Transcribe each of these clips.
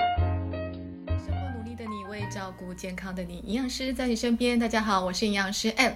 生活努力的你，为照顾健康的你，营养师在你身边。大家好，我是营养师 M。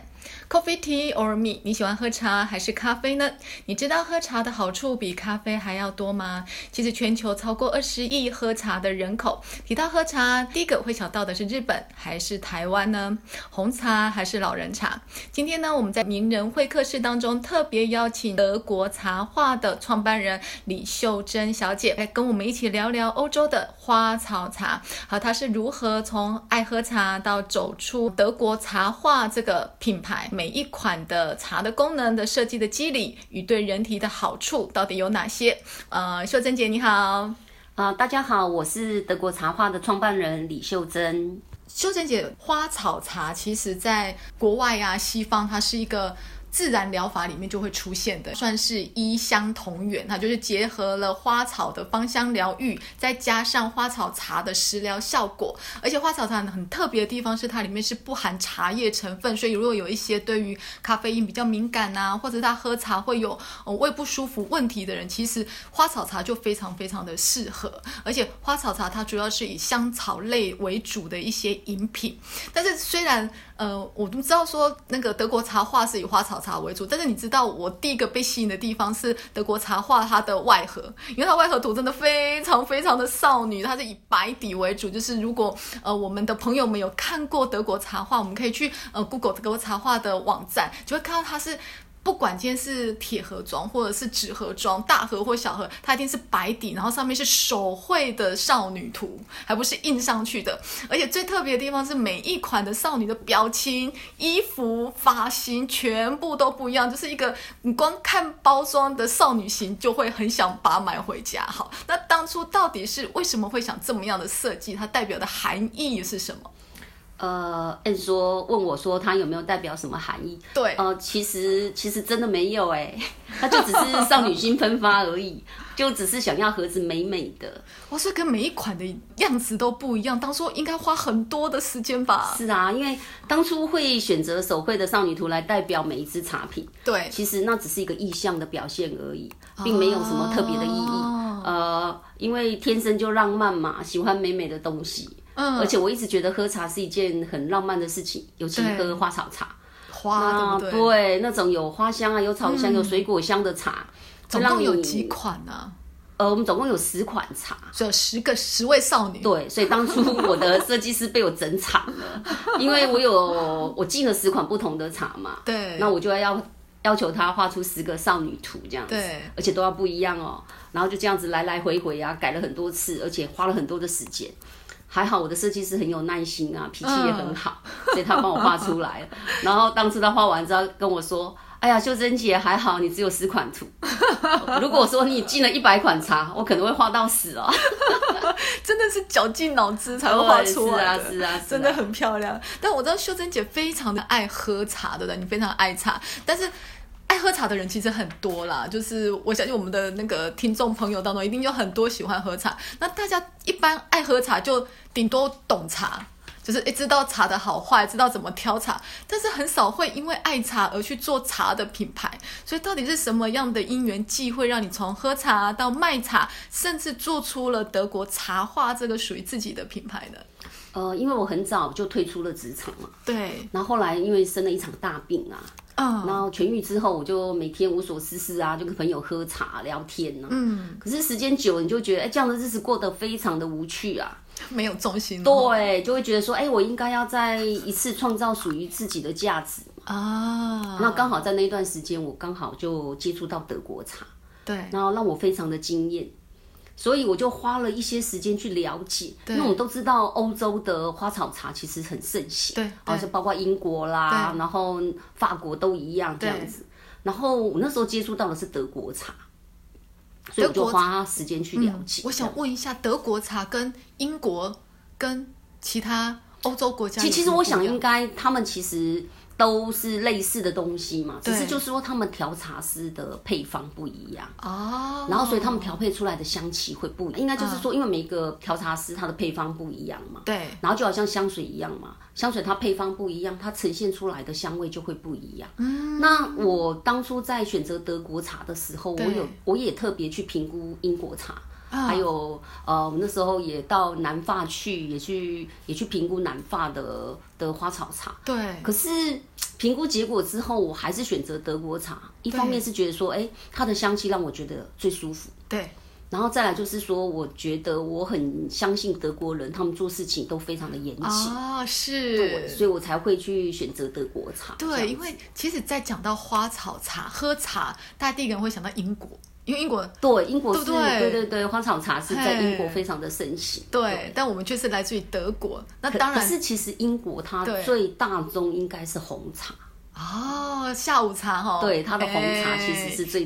Coffee tea or me？你喜欢喝茶还是咖啡呢？你知道喝茶的好处比咖啡还要多吗？其实全球超过二十亿喝茶的人口，提到喝茶，第一个会想到的是日本还是台湾呢？红茶还是老人茶？今天呢，我们在名人会客室当中特别邀请德国茶话的创办人李秀珍小姐来跟我们一起聊聊欧洲的花草茶，好，她是如何从爱喝茶到走出德国茶话这个品牌，每一款的茶的功能的设计的机理与对人体的好处到底有哪些？呃，秀珍姐你好，啊、大家好，我是德国茶话的创办人李秀珍。秀珍姐，花草茶其实在国外啊，西方它是一个。自然疗法里面就会出现的，算是医香同源，它就是结合了花草的芳香疗愈，再加上花草茶的食疗效果。而且花草茶很特别的地方是它里面是不含茶叶成分，所以如果有一些对于咖啡因比较敏感啊，或者他喝茶会有呃胃不舒服问题的人，其实花草茶就非常非常的适合。而且花草茶它主要是以香草类为主的一些饮品，但是虽然呃，我都知道说那个德国茶话是以花草茶为主，但是你知道我第一个被吸引的地方是德国茶话它的外盒，因为它外盒图真的非常非常的少女，它是以白底为主。就是如果呃我们的朋友们有看过德国茶话，我们可以去呃 Google 德国茶话的网站，就会看到它是。不管今天是铁盒装或者是纸盒装，大盒或小盒，它一定是白底，然后上面是手绘的少女图，还不是印上去的。而且最特别的地方是，每一款的少女的表情、衣服、发型全部都不一样，就是一个你光看包装的少女型就会很想把它买回家。好，那当初到底是为什么会想这么样的设计？它代表的含义是什么？呃，按说问我说它有没有代表什么含义？对，呃，其实其实真的没有哎、 它就只是少女心喷发而已， 就只是想要盒子美美的。哇，所以跟每一款的样子都不一样，当初应该花很多的时间吧？是啊，因为当初会选择手绘的少女图来代表每一支茶品，对，其实那只是一个意象的表现而已，并没有什么特别的意义。哦呃，因为天生就浪漫嘛，喜欢美美的东西。嗯，而且我一直觉得喝茶是一件很浪漫的事情，尤其对喝花草茶，花对不对？对那种有花香啊、有草香、有水果香的茶，总让共有你几款呢、啊？呃，我们总共有十款茶。只有十个十位少女。对，所以当初我的设计师被我整惨了，因为我有我进了十款不同的茶嘛，对那我就要要求他画出十个少女图这样子，对而且都要不一样哦，然后就这样子来来回回啊，改了很多次，而且花了很多的时间。还好我的设计师很有耐心啊，脾气也很好，嗯所以他帮我画出来了。然后当时他画完之后跟我说：“哎呀，秀珍姐还好，你只有十款图。 如果说你进了一百款茶，我可能会画到死哦。真的是绞尽脑汁才会画出来对的。是啊，是啊，是啊真的很漂亮，但我知道秀珍姐非常的爱喝茶，对不对？你非常爱茶，但是爱喝茶的人其实很多啦。就是我相信我们的那个听众朋友当中，一定有很多喜欢喝茶。那大家一般爱喝茶，就顶多懂茶，就是诶知道茶的好坏，知道怎么挑茶，但是很少会因为爱茶而去做茶的品牌。所以到底是什么样的因缘际会，让你从喝茶到卖茶，甚至做出了德国茶话这个属于自己的品牌呢？呃，因为我很早就退出了职场嘛，对，然后后来因为生了一场大病啊，嗯，然后痊愈之后，我就每天无所事事啊，就跟朋友喝茶聊天呢、嗯，可是时间久了，你就觉得哎、这样的日子过得非常的无趣啊。没有重心哦，对，就会觉得说，哎、我应该要再一次创造属于自己的价值。啊，那刚好在那一段时间，我刚好就接触到德国茶，对然后让我非常的惊艳，所以我就花了一些时间去了解。对那我们都知道，欧洲的花草茶其实很盛行，对啊，就包括英国啦，对然后法国都一样这样子。然后我那时候接触到的是德国茶，所以我就德国茶嗯花时间去了解。我想问一下，德国茶跟英国跟其他欧洲国家有其什么不一样，其实我想应该他们其实都是类似的东西嘛，只是对就是说他们调茶师的配方不一样。哦，然后，所以他们调配出来的香气会不一样，应该就是说，嗯因为每个调茶师他的配方不一样嘛，对然后就好像香水一样嘛，香水它配方不一样，它呈现出来的香味就会不一样。嗯，那我当初在选择德国茶的时候，我对啊有我也特别去评估英国茶。还有，呃，我们那时候也到南法去，也去也去评估南法的的花草茶。对，可是评估结果之后，我还是选择德国茶。一方面是觉得说，哎、它的香气让我觉得最舒服。对，然后再来就是说，我觉得我很相信德国人，他们做事情都非常的严谨，哦，对，是。所以我才会去选择德国茶。这样对，因为其实，在讲到花草茶、喝茶，大家第一个人会想到英国，因为英国对英国是，对不对对对对，花草茶是在嘿英国非常的盛行。对，但我们却是来自于德国。那当可然是其实英国它对最大宗应该是红茶，哦，下午茶哈、哦，对它的红茶其实是 最，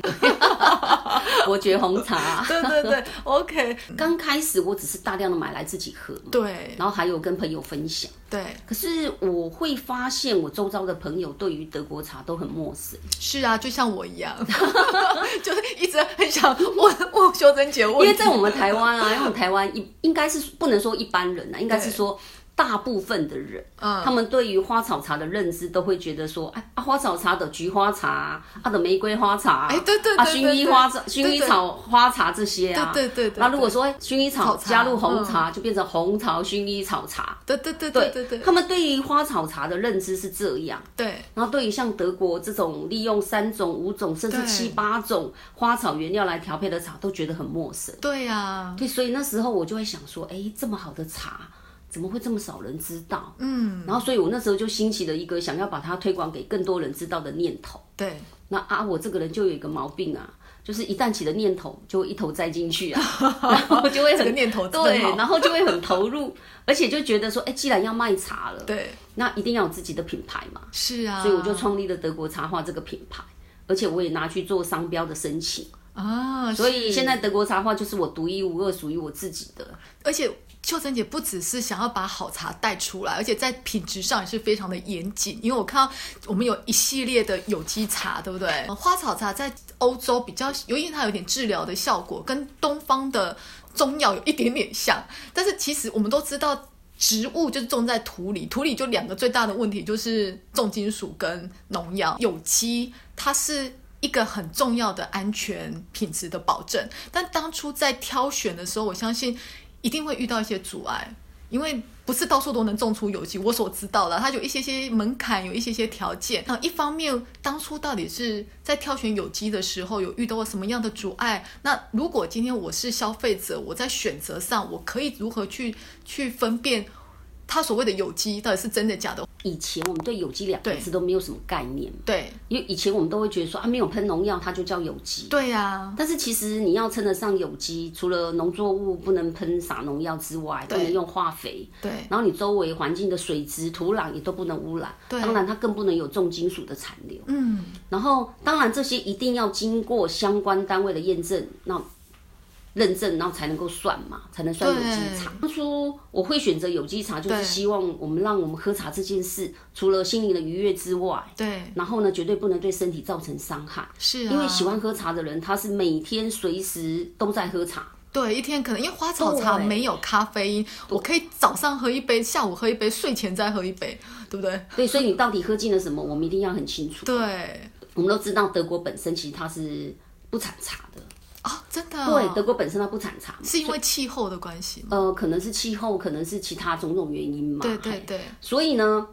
伯爵红茶。哎，对对对，OK，刚开始我只是大量的买来自己喝嘛，对然后还有跟朋友分享。对，可是我会发现，我周遭的朋友对于德国茶都很陌生。是啊，就像我一样， 就是一直很想问问修真姐因问为题，在我们台湾啊，因为我们台湾一应该是不能说一般人啊，应该是说大部分的人，嗯他们对于花草茶的认知都会觉得说，哎，啊花草茶的菊花茶，啊的玫瑰花茶，哎对对啊对薰衣对花茶、对薰衣草花茶这些啊，对对对对那如果说哎薰衣草草茶加入红茶，就变成红茶薰衣草茶。对对对对对对他们对于花草茶的认知是这样。对然后对于像德国这种利用三种、五种甚至对七八种花草原料来调配的茶，都觉得很陌生。对啊呀，对，所以那时候我就会想说，哎，这么好的茶，怎么会这么少人知道？嗯，然后，所以我那时候就兴起了一个想要把它推广给更多人知道的念头。对，那啊，我这个人就有一个毛病啊，就是一旦起了念头，就会一头栽进去 啊，然后就会这个很念头真对，好然后就会很投入，而且就觉得说，哎，既然要卖茶了，对，那一定要有自己的品牌嘛，是啊，所以我就创立了德国茶话这个品牌，而且我也拿去做商标的申请。啊，所以是现在德国茶话就是我独一无二、属于我自己的。而且秀珍姐不只是想要把好茶带出来，而且在品质上也是非常的严谨。因为我看到我们有一系列的有机茶，对不对？花草茶在欧洲比较，由于它有点治疗的效果，跟东方的中药有一点点像。但是其实我们都知道。植物就是种在土里，土里就两个最大的问题就是重金属跟农药。有机它是一个很重要的安全品质的保证，但当初在挑选的时候，我相信一定会遇到一些阻碍，因为不是到处都能种出有机。我所知道的，它有一些些门槛，有一些些条件。那一方面，当初到底是在挑选有机的时候有遇到什么样的阻碍？那如果今天我是消费者，我在选择上，我可以如何去去分辨它所谓的有机到底是真的假的？以前我们对有机两个对字都没有什么概念，对，因为以前我们都会觉得说啊，没有喷农药它就叫有机。对啊呀、但是其实你要称得上有机，除了农作物不能喷洒农药之外，不对能用化肥，对然后你周围环境的水质、土壤也都不能污染，对当然它更不能有重金属的残留。嗯，然后当然这些一定要经过相关单位的验证，那认证，然后才能够算嘛，才能算有机茶。当初我会选择有机茶，就对是希望我们让我们喝茶这件事，除了心灵的愉悦之外，对，然后呢，绝对不能对身体造成伤害。是啊，因为喜欢喝茶的人，他是每天随时都在喝茶，对，一天可能因为花草茶对没有咖啡因，我可以早上喝一杯，下午喝一杯，睡前再喝一杯，对不对？对，所以你到底喝进了什么，我们一定要很清楚。对，我们都知道德国本身其实它是不产茶的，啊，真的、对，德，国本身它不产茶嘛，是因为气候的关系吗？呃，可能是气候，可能是其他种种原因嘛，对对嘿对，所以呢，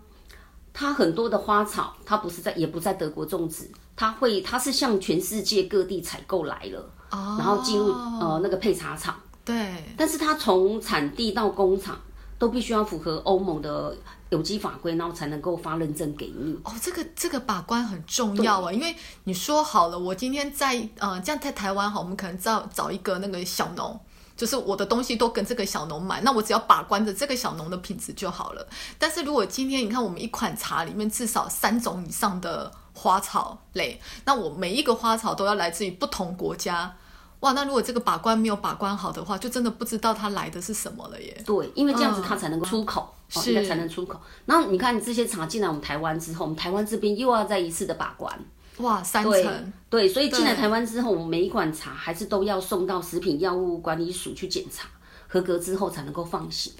它很多的花草，它不是在也不在德国种植，它会它是向全世界各地采购来了，哦，然后进入呃那个配茶厂，对但是它从产地到工厂都必须要符合欧盟的有机法规，然后才能够发认证给你。哦，这个这个把关很重要啊，因为你说好了，我今天在呃，这样在台湾哈，我们可能找找一个那个小农。就是我的东西都跟这个小农买，那我只要把关着这个小农的品质就好了。但是如果今天你看我们一款茶里面至少三种以上的花草类，那我每一个花草都要来自于不同国家。哇，那如果这个把关没有把关好的话，就真的不知道它来的是什么了耶。对，因为这样子嗯它才能够出口，哦，是应该才能出口。然后你看这些茶进来我们台湾之后，我们台湾这边又要再一次的把关。哇，三层，对，所以进来对台湾之后，我们每一款茶还是都要送到食品药物管理署去检查，合格之后才能够放行。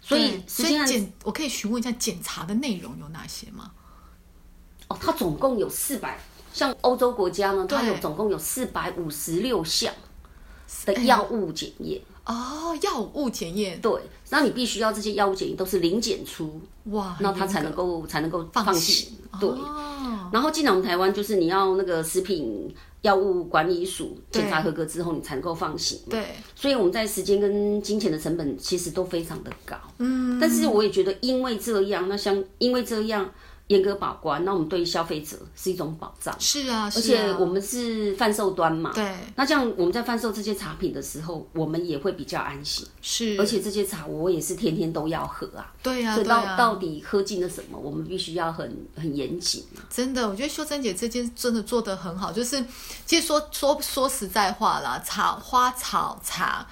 所以对实所际以上检，我可以询问一下检查的内容有哪些吗？哦，它总共有四百，像欧洲国家呢，它对有总共有四百五十六项的哎药物检验。哦，药物检验，对，那你必须要这些药物检验都是零检出，哇，那哦很它才严能格够才能够放放行行。对，哦然后进来我们台湾就是你要那个食品药物管理署对检查合格之后，你才能够放行。对，所以我们在时间跟金钱的成本其实都非常的高。嗯，但是我也觉得，因为这样，那像因为这样严格把关，那我们对消费者是一种保障，是啊，而而且我们是贩售端嘛。对那这样我们在贩售这些茶品的时候，我们也会比较安心，是，而且这些茶我也是天天都要喝啊。对呀、所以对到、呀、到底喝进了什么，我们必须要很很严谨。真的，我觉得秀珍姐这件真的做得很好。就是其实说说说实在话啦，茶花草茶。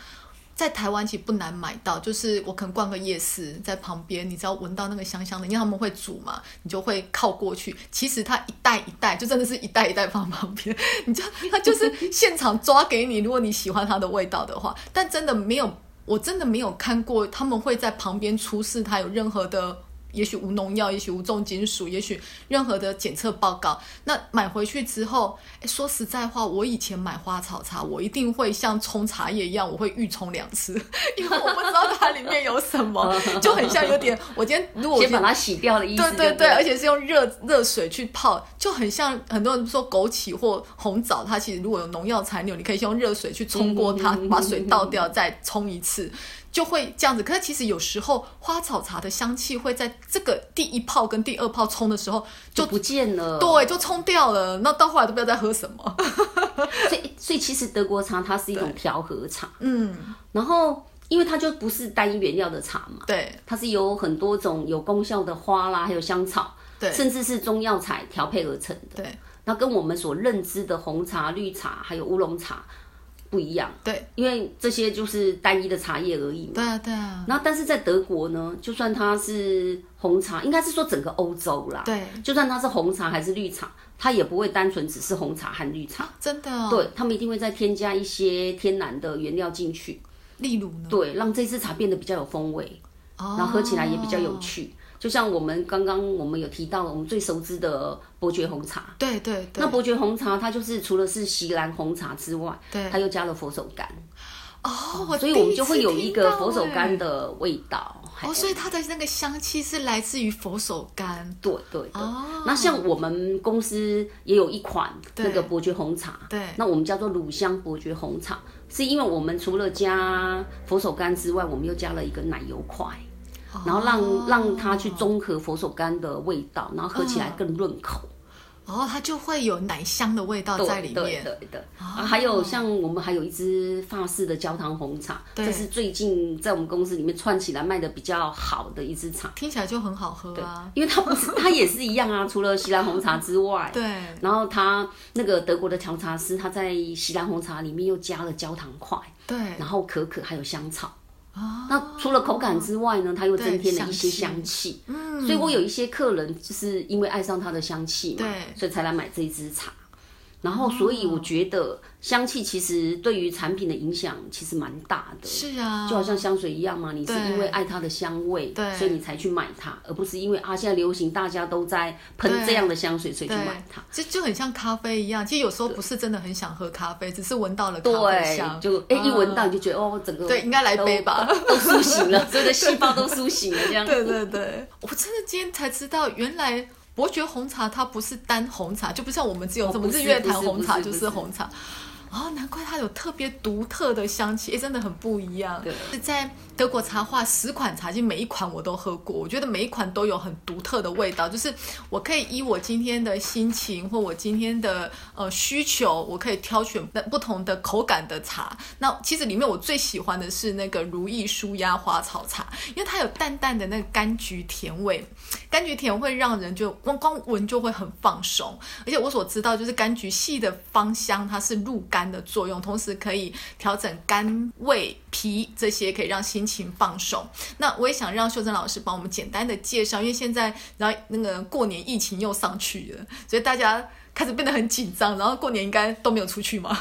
在台湾其实不难买到，就是我可能逛个夜市，在旁边，你只要闻到那个香香的，因为他们会煮嘛，你就会靠过去。其实它一袋一袋，就真的是一袋一袋放旁边，你知道，它就是现场抓给你。如果你喜欢它的味道的话，但真的没有，我真的没有看过他们会在旁边出示它有任何的也许无农药，也许无重金属，也许任何的检测报告。那买回去之后，诶说实在话，我以前买花草茶，我一定会像冲茶叶一样，我会预冲两次，因为我不知道它里面有什么，就很像有点，我今天如果我先今把天它洗掉的意思对就对对对，了而且是用热热水去泡，就很像很多人说枸杞或红枣，它其实如果有农药残留，你可以先用热水去冲过它，嗯把水倒掉，再冲一次，就会这样子。可是其实有时候花草茶的香气会在这个第一泡跟第二泡冲的时候就就不见了。对就冲掉了，那到后来都不知道在喝什 么。所以所以其实德国茶它是一种调和茶，嗯，然后因为它就不是单一原料的茶嘛，对它是有很多种有功效的花啦，还有香草，对甚至是中药材调配而成的。对那跟我们所认知的红茶、绿茶还有乌龙茶不一样，对因为这些就是单一的茶叶而已嘛。对啊对啊，那但是在德国呢，就算它是红茶，应该是说整个欧洲啦，对就算它是红茶还是绿茶，它也不会单纯只是红茶和绿茶，啊真的、哦，对他们一定会再添加一些天然的原料进去，例如呢，对，让这支茶变得比较有风味，然然后喝起来也比较哦有趣。就像我们刚刚我们有提到我们最熟知的伯爵红茶，对对对，那伯爵红茶它就是除了是锡兰红茶之外，对它又加了佛手柑，哦，我所以第我们就次会有一听个到佛手欸柑的味道。还哦，所以它的那个香气是来自于佛手柑。对对对，哦那像我们公司也有一款对那个伯爵红茶，对那我们叫做乳香伯爵红茶，是因为我们除了加佛手柑之外，我们又加了一个奶油块，然后让、哦让它去中和佛手柑的味道，然后喝嗯起来更润口。哦，它就会有奶香的味道对哦在里对面。哦对对，啊还有像我们还有一支法式的焦糖红茶，对这是最近在我们公司里面串起来卖的比较好的一支茶，听起来就很好喝啊。因为它不 是它也是一样啊，除了锡兰红茶之外，对，然后它那个德国的调茶师，他在锡兰红茶里面又加了焦糖块，对，然后可可还有香草。哦那除了口感之外呢，它又增添了一些对香香气。嗯，所以我有一些客人就是因为爱上它的香气嘛，对哦所以才来买这一支茶。然后，所以我觉得香气其实对于产品的影响其实蛮大的。是啊，就好像香水一样嘛，你是对因为爱它的香味，对所以你才去买它，而不是因为啊现在流行大家都在喷对这样的香水，所以去对买它。，就就很像咖啡一样。其实有时候不是真的很想喝咖啡，只是闻到了咖啡对，香，就哎、一闻到嗯你就觉得哦，整个对，应该来都杯吧。都苏醒 了，所有的细胞都苏醒了，这样对子。对对，我真的今天才知道，原来伯爵红茶它不是单红茶，就不像我们只有哦什么不是日月潭不是红茶不是就不是红茶。哦，难怪它有特别独特的香气，诶真的很不一样。对是在德国茶花十款茶其实每一款我都喝过，我觉得每一款都有很独特的味道，就是我可以依我今天的心情或我今天的呃需求，我可以挑选不同的口感的茶。那其实里面我最喜欢的是那个如意舒压花草茶，因为它有淡淡的那个柑橘甜味，柑橘甜会让人就光光闻就会很放松，而且我所知道就是柑橘系的芳香，它是入肝的作用，同时可以调整肝胃脾这些，可以让心情放松。那我也想让秀珍老师帮我们简单的介绍，因为现在然后那个过年疫情又上去了，所以大家。开始变得很紧张，然后过年应该都没有出去 嘛，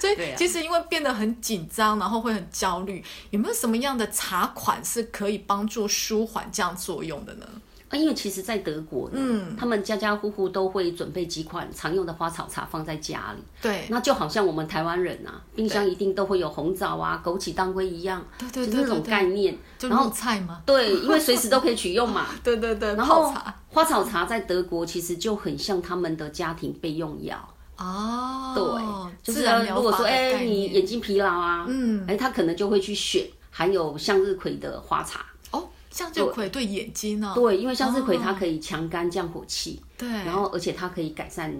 所以啊其实因为变得很紧张，然后会很焦虑。有没有什么样的茶款是可以帮助舒缓这样作用的呢？啊，因为其实，在德国，嗯，他们家家户户都会准备几款常用的花草茶放在家里。对，那就好像我们台湾人啊，冰箱一定都会有红枣啊、枸杞、当归一样，对对就是那种概念。就然后入菜吗？对，因为随时都可以取 用嘛。对对对，然泡后茶花草茶在德国其实就很像他们的家庭备用药。哦，就自是然呢疗如果法说的哎、概你念眼睛疲劳啊，嗯嗯，哎、他可能就会去选含有向日葵的花茶。哦，像就可以对眼睛呢、对，因为向日葵它哦可以强肝降火气，对，然后而且它可以改善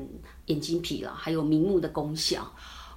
眼睛疲劳，还有明目的功效。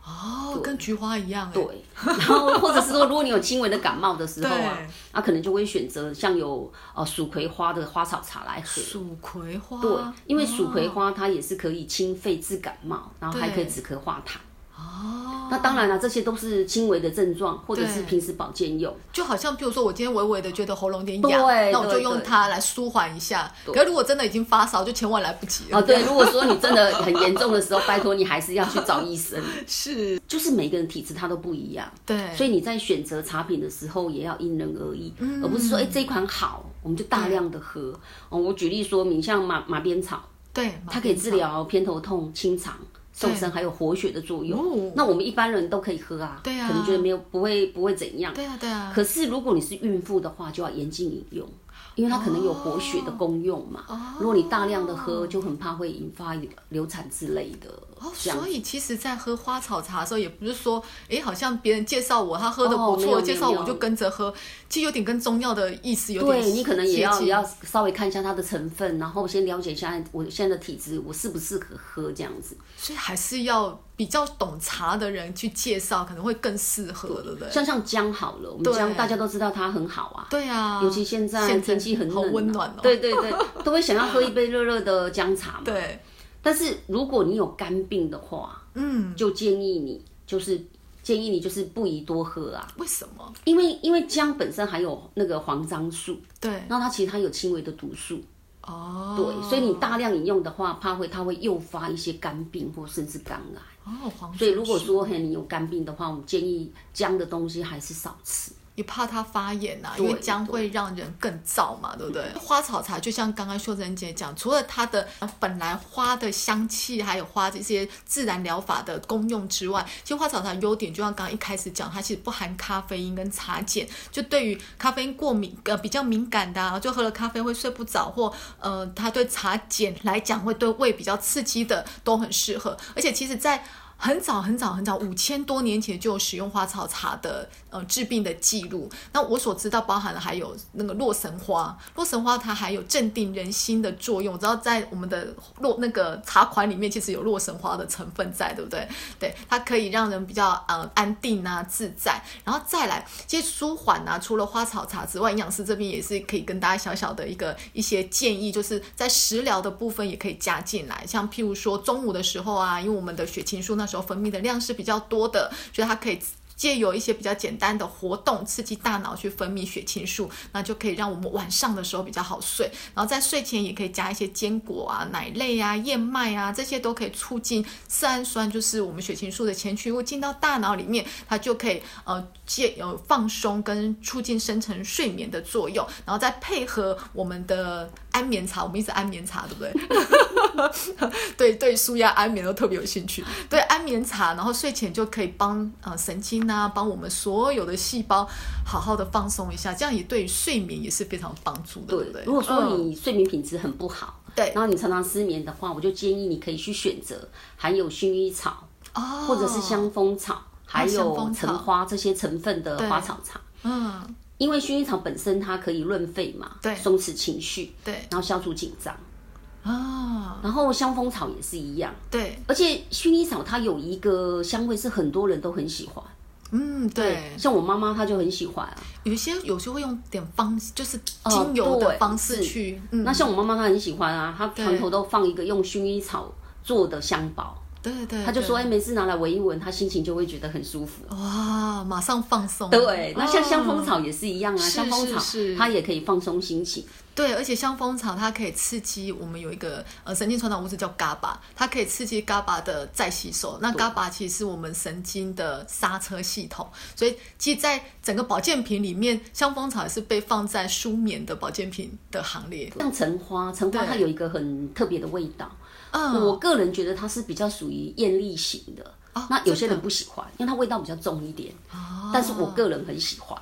哦，跟菊花一样哎，对，然后或者是说，如果你有轻微的感冒的时候啊对，啊，可能就会选择像有呃蜀葵花的花草茶来喝。蜀葵花，对，因为蜀葵哦花它也是可以清肺治感冒，然后还可以对止咳化痰。哦，那当然了、这些都是轻微的症状，或者是对平时保健用。就好像，比如说我今天微微的觉得喉咙有点痒，对那我就对用对它来舒缓一下。可是如果真的已经发烧，就千万来不及了。哦，对，如果说你真的很严重的时候，拜托你还是要去找医生。是，就是每个人体质它都不一样，对，所以以你在选择茶品的时候也要因人而异，嗯而不是说哎、这一款好我们就大量的喝。哦，我举例说明，像马马鞭草，对它可以治疗偏头痛、清肠、瘦身，还有活血的作哦用。那我们一般人都可以喝啊，对啊可能觉得没有不会不会怎样。对啊，对啊，可是如果你是孕妇的话，就要严禁饮用，因为它可能有活血哦的功用嘛。如果你大量的喝，就很怕会引发流产之类的。哦，这样所以其实，在喝花草茶的时候，也不是说，哎，好像别人介绍我，他喝的哦不没错，有没有介绍我就没有跟着喝，其实有点跟中药的意思有点对你可能也接要近也要稍微看一下它的成分，然后先了解一下我现在的体质，我适不适合喝这样子。所以还是要比较懂茶的人去介绍，可能会更适合，对不对？像像姜好了，我们对姜大家都知道它很好啊，对啊，尤其现在天气很冷、好啊，温暖哦。对对 对，都会想要喝一杯热热的姜茶嘛。，对，但是如果你有肝病的话，嗯，就建议你就是建议你就是不宜多喝啊，为什么？因为因为姜本身含有那个黄樟素，对，那它其实它有轻微的毒素，哦，对，所以你大量饮用的话，怕会它会诱发一些肝病或甚至肝癌。哦，黄所以如果果说嘿你有肝病的话，我们建议姜的东西还是少吃。也怕它发炎呐、因为姜会让人更燥嘛，对不对？花草茶就像刚刚秀珍姐讲，除了它的呃本来花的香气，还有花这些自然疗法的功用之外，其实花草茶的优点就像刚刚一开始讲，它其实不含咖啡因跟茶碱，就对于咖啡因过敏呃比较敏感的、啊，就喝了咖啡会睡不着，或呃它对茶碱来讲会对胃比较刺激的都很适合，而且其实，在很早很早很早，五千多年前就有使用花草茶的呃治病的记录。那我所知道包含了还有那个洛神花，洛神花它还有镇定人心的作用。我知道在我们的洛那个茶款里面，其实有洛神花的成分在，对不对？对，它可以让人比较呃安定啊自在。然后再来，其实舒缓啊，除了花草茶之外，营养师这边也是可以跟大家小小的一个一些建议，就是在食疗的部分也可以加进来，像譬如说中午的时候啊，因为我们的血清素那时候分泌的量是比较多的，所以它可以。借由一些比较简单的活动，刺激大脑去分泌血清素，那就可以让我们晚上的时候比较好睡。然后在睡前也可以加一些坚果啊、奶类啊、燕麦啊，这些都可以促进色氨酸，就是我们血清素的前驱物进到大脑里面，它就可以呃借呃放松跟促进深层睡眠的作用，然后再配合我们的安眠茶，我们一直安眠茶，对不对？对对，舒压安眠都特别有兴趣。对安眠茶，然后睡前就可以帮呃神经啊，帮我们所有的细胞好好的放松一下，这样也对于睡眠也是非常有帮助的，对不对？如果说嗯你睡眠品质很不好，对然后你常常失眠的话，我就建议你可以去选择含有薰衣草哦，啊或者是香蜂草，还香有蜂草橙花这些成分的对花草茶。嗯，因为薰衣草本身它可以润肺嘛，对松弛情绪，对然后消除紧张，啊，然后香蜂草也是一样，对，而且薰衣草它有一个香味是很多人都很喜欢，嗯对，像我妈妈她就很喜欢啊。有些有些会用点方，就是哦精油的对方式是去，嗯，那像我妈妈她很喜欢啊，她对床头都放一个用薰衣草做的香包，对对，她就对哦说哎、每次拿来闻一闻，她心情就会觉得很舒服。哇，马上放松，对，那像哦香蜂草也是一样啊，是香蜂草哦是是它也可以放松心情。对，而且香蜂草它可以刺激我们有一个呃神经传导物质叫 GABA，它可以刺激 GABA 的再吸收。那 GABA 其实是我们神经的刹车系统，所以其实在整个保健品里面，香蜂草也是被放在舒眠的保健品的行列。像橙花，橙花对它有一个很特别的味道，嗯，我个人觉得它是比较属于艳丽型的。哦那有些真人的不喜欢，因为它味道比较重一点，哦但是我个人很喜欢。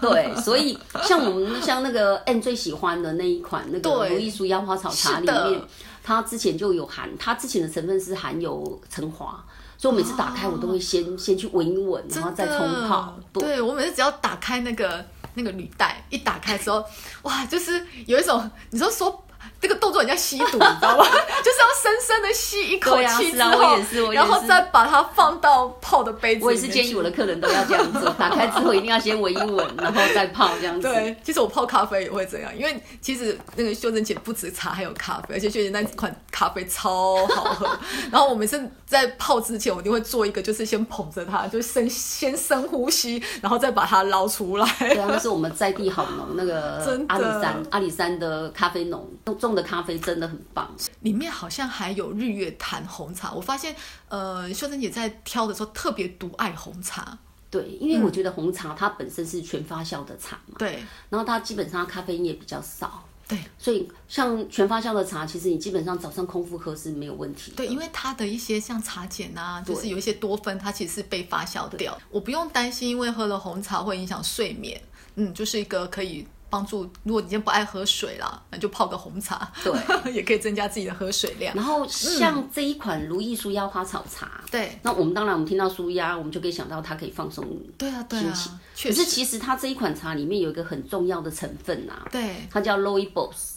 对，所以像我们像那个 N 最喜欢的那一款那个对如意舒压花草茶是里的面，它之前就有含，它之前的成分是含有橙花，所以我每次打开我都会先、先去闻一闻，然后再冲泡。啊真的对，对我每次只要打开那个那个履带，一打开之后，哇，就是有一种你说说。这个动作很像吸毒，你知道吗？ 就是要深深的吸一口对啊气是之啊后，我也是我也是然后再把它放到泡的杯子里面去。我也是建议我的客人都要这样做，打开之后一定要先闻一闻，然后再泡这样子。对，其实我泡咖啡也会这样，因为其实那个修正姐不止茶，还有咖啡，而且修正那款咖啡超好喝。 然后我每次在泡之前，我一定会做一个，就是先捧着它，就是深先深呼吸，然后再把它捞出来。对啊，那是我们在地好农，那个真的阿里山阿里山的咖啡农种的咖啡真的很棒。里面好像还有日月潭红茶。我发现，呃，秀珍姐在挑的时候特别独爱红茶。对，嗯因为我觉得红茶它本身是全发酵的茶嘛，对然后它基本上咖啡因也比较少，对所以像全发酵的茶，其实你基本上早上空腹喝是没有问题。对，因为它的一些像茶碱啊，对就是有一些多酚，它其实是被发酵掉。我不用担心，因为喝了红茶会影响睡眠。嗯，就是一个可以帮助，如果你今天不爱喝水啦，那就泡个红茶，对， 也可以增加自己的喝水量。然后像这一款如意舒压花草茶，对那我们当然我们听到舒压，我们就可以想到它可以放松。对啊，对心啊情，确可是实，其实它这一款茶里面有一个很重要的成分啊，对它叫 Loibos，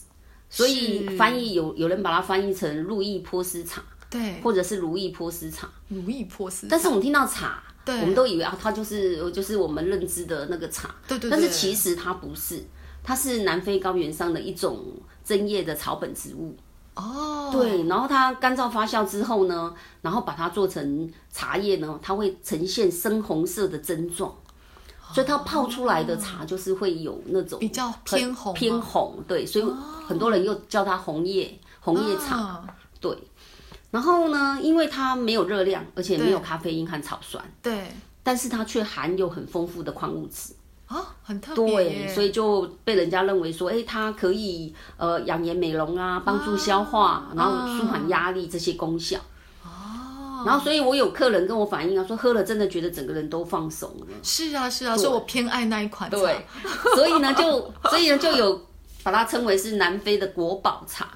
所以是翻译有有人把它翻译成路易波斯茶，对，或者是如意波斯茶。如意破丝。但是我们听到茶，嗯对我们都以为啊，它就是就是我们认知的那个茶，对对对但是其实它不是，它是南非高原上的一种针叶的草本植物。哦，对，然后它干燥发酵之后呢，然后把它做成茶叶呢，它会呈现深红色的针状，所以它泡出来的茶就是会有那种哦比较很偏红吗哦偏红，对，所以很多人又叫它红叶红叶茶，啊对。然后呢，因为它没有热量，而且没有对咖啡因和草酸，对但是它却含有很丰富的矿物质，啊，很特别对，耶所以就被人家认为说，哎、它可以呃养颜美容啊，帮助消化，然后舒缓压力这些功效。哦，然后，所以我有客人跟我反映啊，说喝了真的觉得整个人都放松了。是啊是啊，所以我偏爱那一款茶。对， 所以呢，就所以呢就有把它称为是南非的国宝茶。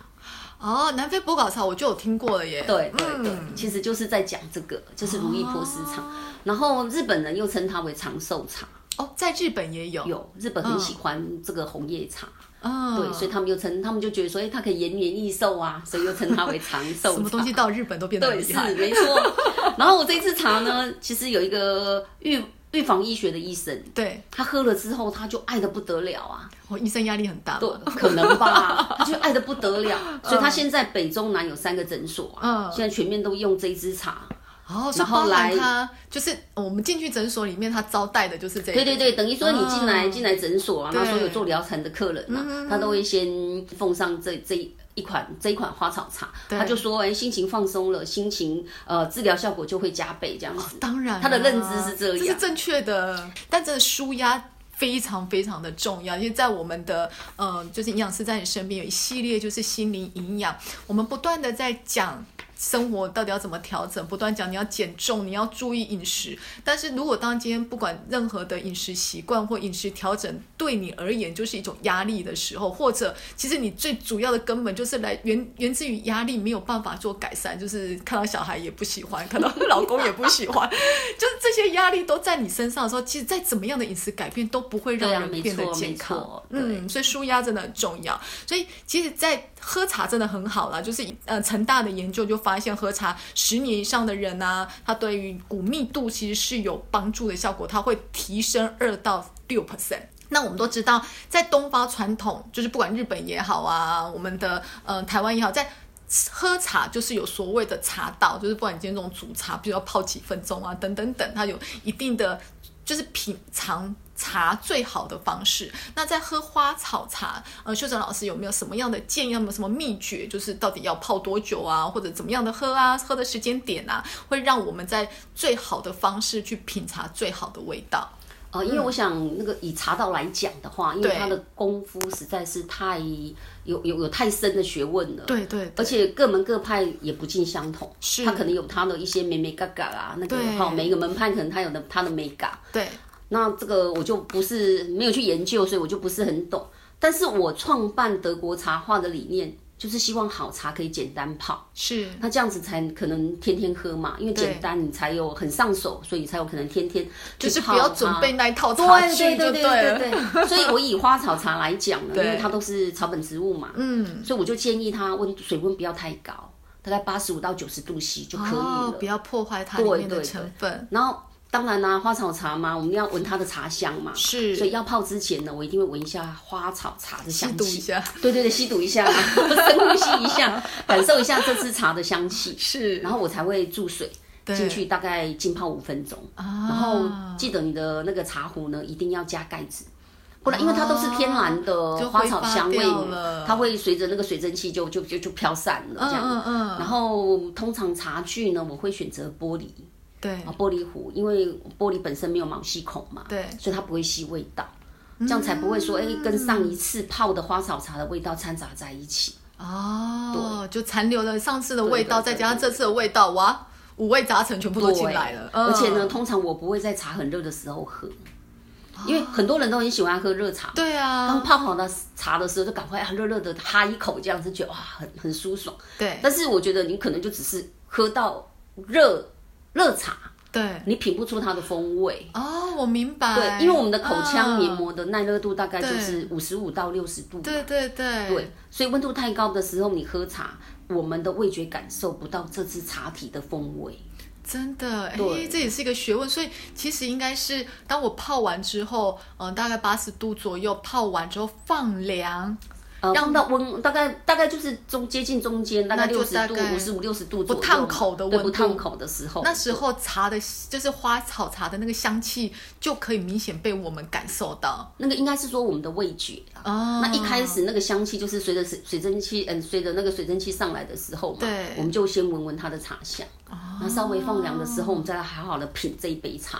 哦，南非波稿茶我就有听过了耶。对嗯对对，其实就是在讲这个，就是如意波斯茶。然后日本人又称它为长寿茶，哦，在日本也有，有日本很喜欢这个红叶茶。嗯，对，所以他们又称，他们就觉得说，哎、它可以延年益寿啊，所以又称它为长 寿什么茶。东西到日本都变得很对，厉是害。没错。然后我这一次茶呢，其实有一个预预防医学的医生，对，他喝了之后，他就爱的不得了啊，我医生压力很大。对，可 能吧，他就爱的不得了，所以他现在北中南有三个诊所啊，嗯现在全面都用这一支茶。哦，所以然包含后来他就是哦我们进去诊所里面，他招待的就是这个。对对对，等于说你进来嗯进来诊所啊，对嗯那所有做疗程的客人啊，他都会先奉上这这一。一款这一款花草茶，对他就说，哎、心情放松了，心情呃治疗效果就会加倍这样子。当然啊、他的认知是这样这是正确的。但真的舒压非常非常的重要，因为在我们的呃，就是营养师在你身边有一系列就是心灵营养，我们不断的在讲。生活到底要怎么调整，不断讲你要减重，你要注意饮食。但是如果当今天不管任何的饮食习惯或饮食调整对你而言就是一种压力的时候，或者其实你最主要的根本就是来源源自于压力，没有办法做改善，就是看到小孩也不喜欢，看到老公也不喜欢， 就是这些压力都在你身上的时候，其实再怎么样的饮食改变都不会让对啊人没变得错健没康。错对嗯，所以舒压真的很重要。所以其实，在喝茶真的很好啦，就是呃，成大的研究就发现，喝茶十年以上的人啊，他对于骨密度其实是有帮助的效果，它会提升二到六 percent。那我们都知道，在东方传统，就是不管日本也好啊，我们的呃台湾也好，在喝茶就是有所谓的茶道，就是不管你今天这种煮茶，比如要泡几分钟啊，等等等，它有一定的就是品尝茶最好的方式。那在喝花草茶，呃，秀珍老师有没有什么样的建议？有没有什么秘诀？就是到底要泡多久啊，或者怎么样的喝啊，喝的时间点啊，会让我们在最好的方式去品茶最好的味道。呃，因为我想那个以茶道来讲的话，因为啊嗯对它的功夫实在是太有有有太深的学问了。对对而对，且各门各派也不尽相同，是它可能有它的一些美美嘎嘎啊，那个对好、每一个门派可能它有的它的美嘎。对那这个我就不是没有去研究，所以我就不是很懂。但是我创办德国茶话的理念就是希望好茶可以简单泡，是，那这样子才可能天天喝嘛，因为简单你才有很上手，所以才有可能天天就去是不泡要它准备那一套茶具对就对对了。对对对，所以我以花草茶来讲 呢，因对为它都是草本植物嘛，嗯，所以我就建议它温水温不要太高，大概八十五到九十度 C 就可以了。哦，不要破坏它里对面的对成分。然后当然啦、花草茶嘛，我们要闻它的茶香嘛，是所以要泡之前呢，我一定会闻一下花草茶吸的香毒一气。下，对对对，吸毒一 下，深呼吸一下，感受一下这支茶的香气，是，然后我才会注水对进去，大概浸泡五分钟。啊，然后记得你的那个茶壶呢，一定要加盖子，不然因为它都是天然啊就的花挥草发香味掉嘛了，它会随着那个水蒸气就就就就飘散了这样。嗯嗯然后通常茶具呢，我会选择玻璃对啊，玻璃壶，因为玻璃本身没有毛细孔嘛，对，所以它不会吸味道，这样才不会说哎、跟上一次泡的花草茶的味道掺杂在一起。哦，就残留了上次的味道，对对再对加上这次的味道，哇，五味杂陈全部都进来了。而且呢，嗯，通常我不会在茶很热的时候喝，因为很多人都很喜欢喝热茶嘛对刚啊，泡好的茶的时候，就赶快啊热热的哈一口，这样子觉得哇，很很舒爽。对但是我觉得你可能就只是喝到热热茶，对，你品不出它的风味。哦，我明白。对，因为我们的口腔黏嗯，膜的耐热度大概就是五十五到六十度。对对对对，所以温度太高的时候，你喝茶，我们的味觉感受不到这支茶体的风味。真的，哎对，这也是一个学问。所以其实应该是，当我泡完之后，嗯、大概八十度左右泡完之后放凉，呃，放到温大概大概就是中接近中间，大概那就六十大度、概五十五、六十度左右嘛，烫口的对，温不度烫口的时候，那时候茶的，就是花草茶的那个香气就可以明显被我们感受到。那个应该是说我们的味觉啦。哦，那一开始那个香气就是随着水水蒸气，嗯，随着那个水蒸气上来的时候嘛，对啊我们就先闻闻它的茶香，然后稍微放凉的时候，我们再来好好的品这一杯茶。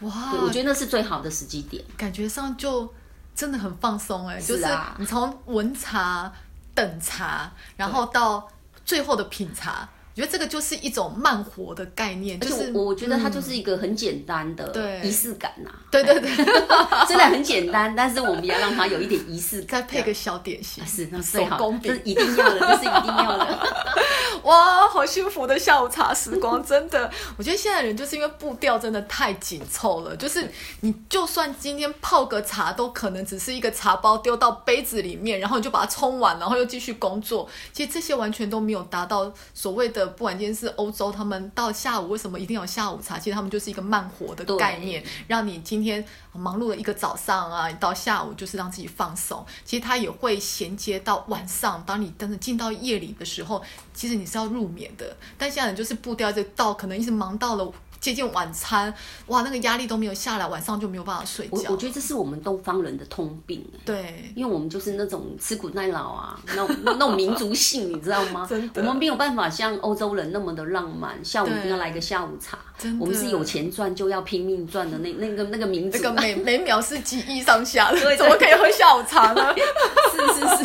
哇对，，我觉得那是最好的时机点。感觉上就真的很放松哎、就是啊你从闻茶、等茶，然后到最后的品茶，我觉得这个就是一种慢活的概念，而就且是嗯我我觉得它就是一个很简单对的仪式感呐、对对 对，哎虽然很简单，但是我们也要让它有一点仪式感。再配个小点心，哎是那手最好，工这饼是，一定要 的，这是一定要的。哇，好幸福的下午茶时光，真的。我觉得现在人就是因为步调真的太紧凑了，就是你就算今天泡个茶，都可能只是一个茶包丢到杯子里面，然后你就把它冲完，然后又继续工作。其实这些完全都没有达到所谓的，不管今天是欧洲，他们到下午为什么一定有下午茶？其实他们就是一个慢活的对概念，让你今天忙碌了一个早上啊，到下午就是让自己放松。其实它也会衔接到晚上，当你真的进到夜里的时候，其实你是要入眠的。但现在人就是步调就到，可能一直忙到了接近晚餐，哇，那个压力都没有下来，晚上就没有办法睡我觉我。觉得这是我们东方人的通病、哎 对，因为我们就是那种吃苦耐劳啊，那种那种民族性，你知道吗？真的我们没有办法像欧洲人那么的浪漫，下午一定要来个下午茶真。的我们是有钱赚就要拼命赚的那那个那个民族这。个每每秒是几亿上下的，对 怎么可以喝下午茶呢？是是是，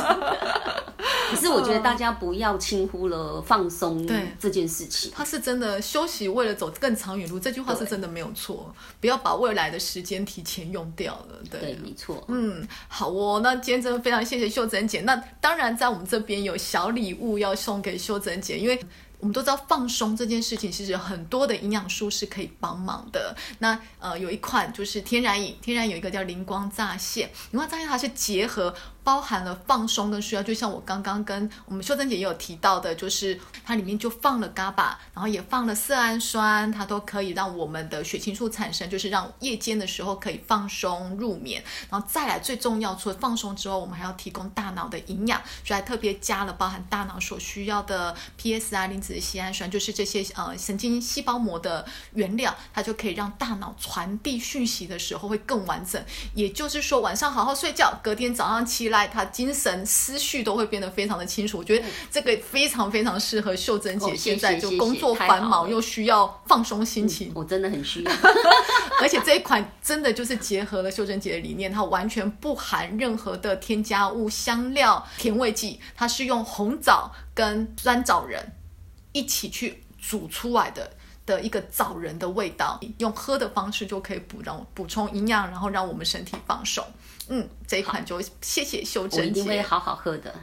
可是我觉得大家不要轻忽了放松对这件事情。他是真的休息，为了走更长远路，这句话是真的没有错。不要把未来的时间提前用掉了。对，啊对，没错。嗯，好哦。那今天真的非常谢谢秀珍姐。那当然，在我们这边有小礼物要送给秀珍姐，因为。我们都知道放松这件事情，其实很多的营养素是可以帮忙的。那呃，有一款就是天然饮，天然有一个叫灵光乍现，灵光乍现它是结合包含了放松跟需要，就像我刚刚跟我们秀珍姐也有提到的，就是它里面就放了 GABA，然后也放了色氨酸，它都可以让我们的血清素产生，就是让夜间的时候可以放松入眠。然后再来最重要，除了放松之后，我们还要提供大脑的营养，所以还特别加了包含大脑所需要的 PS 啊、磷脂酰氨酸，就是这些呃神经细胞膜的原料，它就可以让大脑传递讯息的时候会更完整。也就是说，晚上好好睡觉，隔天早上起来，他精神思绪都会变得非常的清楚。我觉得这个非常非常适合秀珍嗯哦姐谢谢现在就谢谢工作太繁好忙了嗯又需要放松心情， 我真的很需要。而且这一款真的就是结合了秀珍姐的理念，它完全不含任何的添加物、香料、甜味剂，它是用红枣跟酸枣仁一起去煮出来的。的一个枣仁的味道，用喝的方式就可以补让补充营养，然后让我们身体放松。嗯，这一款就谢谢秀我一珍姐，定会好好喝的，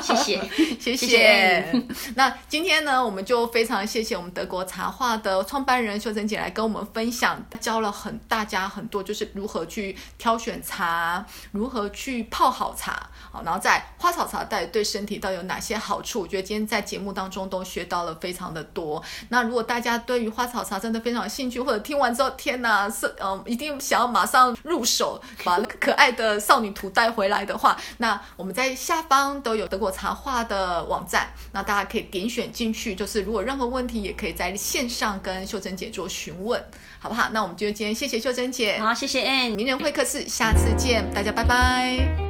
谢谢。 谢谢谢。 那今天呢，我们就非常谢谢我们德国茶话的创办人秀珍姐来跟我们分享，教了很大家很多，就是如何去挑选茶，如何去泡好茶，好，然后在花草茶到底对身体到底有哪些好处？我觉得今天在节目当中都学到了非常的多。那如果大家对于花草茶真的非常有兴趣，或者听完之后，天哪，是嗯，一定想要马上入手，把那个可爱的少女图带回来的话，那我们在下方都有德国茶话的网站，那大家可以点选进去，就是如果任何问题也可以在线上跟秀珍姐做询问，好不好？那我们就今天谢谢秀珍姐，好，谢谢 Anne。名人会客室下次见，大家拜拜。